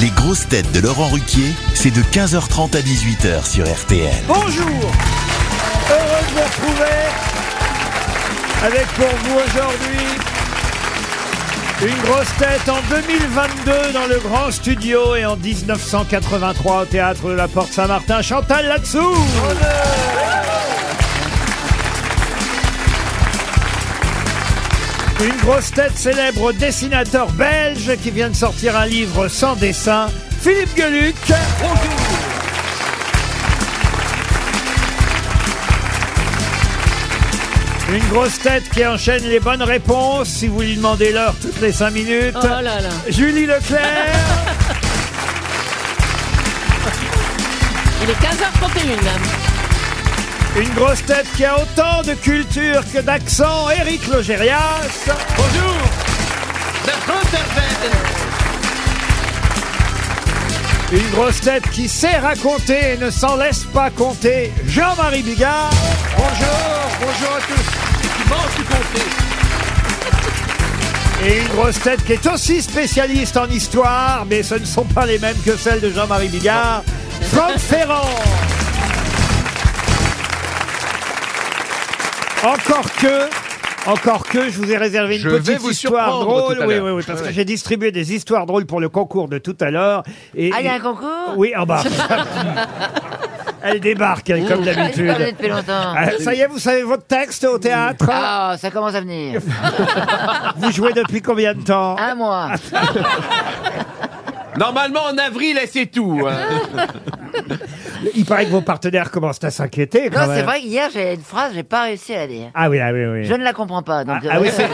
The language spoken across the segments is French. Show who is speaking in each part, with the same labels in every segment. Speaker 1: Les grosses têtes de Laurent Ruquier, c'est de 15h30 à 18h sur RTL.
Speaker 2: Bonjour Heureux de vous retrouver avec pour vous aujourd'hui une grosse tête en 2022 dans le grand studio et en 1983 au théâtre de la Porte Saint-Martin, Chantal Latsou Une grosse tête célèbre au dessinateur belge qui vient de sortir un livre sans dessin, Philippe Gueluc. Une grosse tête qui enchaîne les bonnes réponses, si vous lui demandez l'heure toutes les 5 minutes.
Speaker 3: Oh là là.
Speaker 2: Julie Leclerc.
Speaker 3: Il est 15h31. là.
Speaker 2: Une grosse tête qui a autant de culture que d'accent, Éric Logérias.
Speaker 4: Bonjour La grosse tête
Speaker 2: Une grosse tête qui sait raconter et ne s'en laisse pas compter, Jean-Marie Bigard.
Speaker 4: Bonjour, bonjour à tous Tu manges, tu comptes
Speaker 2: Et une grosse tête qui est aussi spécialiste en histoire, mais ce ne sont pas les mêmes que celles de Jean-Marie Bigard, Franck Ferrand. Encore que, encore que, je vous ai réservé une
Speaker 4: Je vais
Speaker 2: petite
Speaker 4: vous
Speaker 2: histoire
Speaker 4: surprendre
Speaker 2: drôle.
Speaker 4: tout à
Speaker 2: oui,
Speaker 4: l'heure.
Speaker 2: oui, oui, parce que
Speaker 4: Ouais.
Speaker 2: j'ai distribué des histoires drôles pour le concours de tout à l'heure. Et,
Speaker 5: Ah, il y a un concours
Speaker 2: Oui, en bas. Elle débarque, elle, comme
Speaker 5: Ah, j'ai pas venu
Speaker 2: d'habitude.
Speaker 5: depuis longtemps.
Speaker 2: Ah, Ça y est, vous savez votre texte au théâtre
Speaker 5: Ah, ça commence à venir.
Speaker 2: Vous jouez depuis combien de temps
Speaker 5: Un mois.
Speaker 2: Ah,
Speaker 4: Normalement, en avril, là, c'est tout hein.
Speaker 2: Il paraît que vos partenaires commencent à s'inquiéter
Speaker 5: Non,
Speaker 2: quand
Speaker 5: c'est
Speaker 2: même.
Speaker 5: vrai qu'hier, j'ai une phrase, j'ai pas réussi à la dire.
Speaker 2: Ah oui, ah oui, oui.
Speaker 5: Je ne la comprends pas. Donc, euh,
Speaker 2: Ah oui, c'est-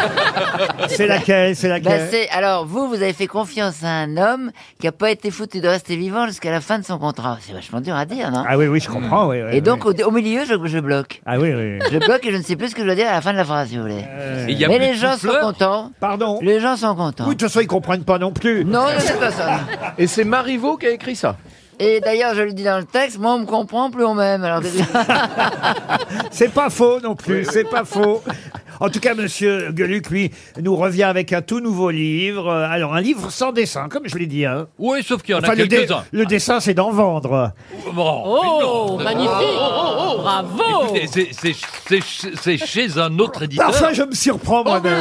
Speaker 2: c'est laquelle C'est
Speaker 5: Bah,
Speaker 2: laquelle
Speaker 5: c'est- alors, vous, vous avez fait confiance à un homme qui a pas été foutu de rester vivant jusqu'à la fin de son contrat. C'est vachement dur à dire, non
Speaker 2: Ah oui, oui, je comprends. Oui, oui,
Speaker 5: Et donc,
Speaker 2: oui.
Speaker 5: au, au milieu, je, je bloque.
Speaker 2: Ah oui, oui.
Speaker 5: Je bloque et je ne sais plus ce que je dois dire à la fin de la phrase, si vous voulez.
Speaker 2: Euh,
Speaker 4: Il y a
Speaker 5: Mais
Speaker 4: plus
Speaker 5: les
Speaker 4: de
Speaker 5: gens sont
Speaker 4: souffleurs.
Speaker 5: contents.
Speaker 2: Pardon Oui,
Speaker 5: Les gens sont contents.
Speaker 2: de toute façon, ils comprennent pas non plus.
Speaker 5: Non, non, c'est pas ça.
Speaker 4: Et c'est Marivaux qui a écrit ça
Speaker 5: Et d'ailleurs, je le dis dans le texte, moi, on me comprend, plus on m'aime. Alors,
Speaker 2: C'est pas faux non plus, c'est pas faux. En tout cas, Monsieur Gueluc, lui, nous revient avec un tout nouveau livre. Euh, Alors, un livre sans dessin, comme je l'ai dit. Hein.
Speaker 6: Oui, sauf qu'il y en
Speaker 2: Enfin,
Speaker 6: a
Speaker 2: le, dé-
Speaker 6: quelques-uns.
Speaker 2: le dessin, c'est d'en vendre.
Speaker 6: Bon,
Speaker 3: Oh, magnifique.
Speaker 6: oh,
Speaker 3: Bravo.
Speaker 6: écoutez, c'est- c'est- c'est- c'est- c'est chez un autre éditeur.
Speaker 2: Parfois, je me surprends moi-même.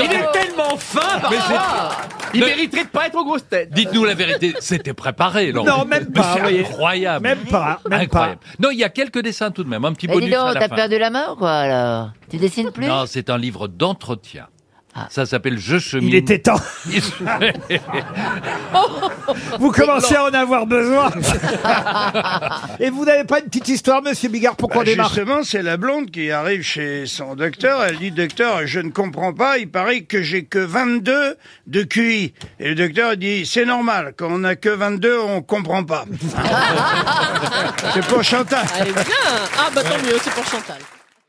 Speaker 4: Il est tellement
Speaker 5: Ah.
Speaker 4: fin par
Speaker 6: Mais c'est-
Speaker 4: Il
Speaker 6: Ne-
Speaker 4: mériterait de pas être aux grosses têtes
Speaker 6: Dites-nous la vérité, c'était préparé, Laurent.
Speaker 2: Non, même
Speaker 6: Mais
Speaker 2: pas, vous
Speaker 6: C'est
Speaker 2: voyez.
Speaker 6: incroyable.
Speaker 2: Même pas, même pas.
Speaker 6: incroyable. Non, il y a quelques dessins tout de même, un petit
Speaker 5: Mais dis
Speaker 6: bonus à
Speaker 5: donc,
Speaker 6: la
Speaker 5: t'as
Speaker 6: fin.
Speaker 5: perdu la main ou quoi alors Tu dessines plus
Speaker 6: Non, c'est un livre d'entretien.
Speaker 5: Ah.
Speaker 6: Ça s'appelle Je chemine.
Speaker 2: Il était temps. Vous commencez à en avoir besoin. Et vous n'avez pas une petite histoire, Monsieur Bigard, pourquoi on
Speaker 7: Bah,
Speaker 2: démarre
Speaker 7: Justement, c'est la blonde qui arrive chez son docteur. Elle dit Docteur, je ne comprends pas. Il paraît que j'ai que 22 de QI. Et le docteur dit C'est normal. Quand on n'a que 22, on comprend pas. c'est pour Chantal.
Speaker 3: Elle est bien. Ah, bah tant mieux, c'est pour Chantal.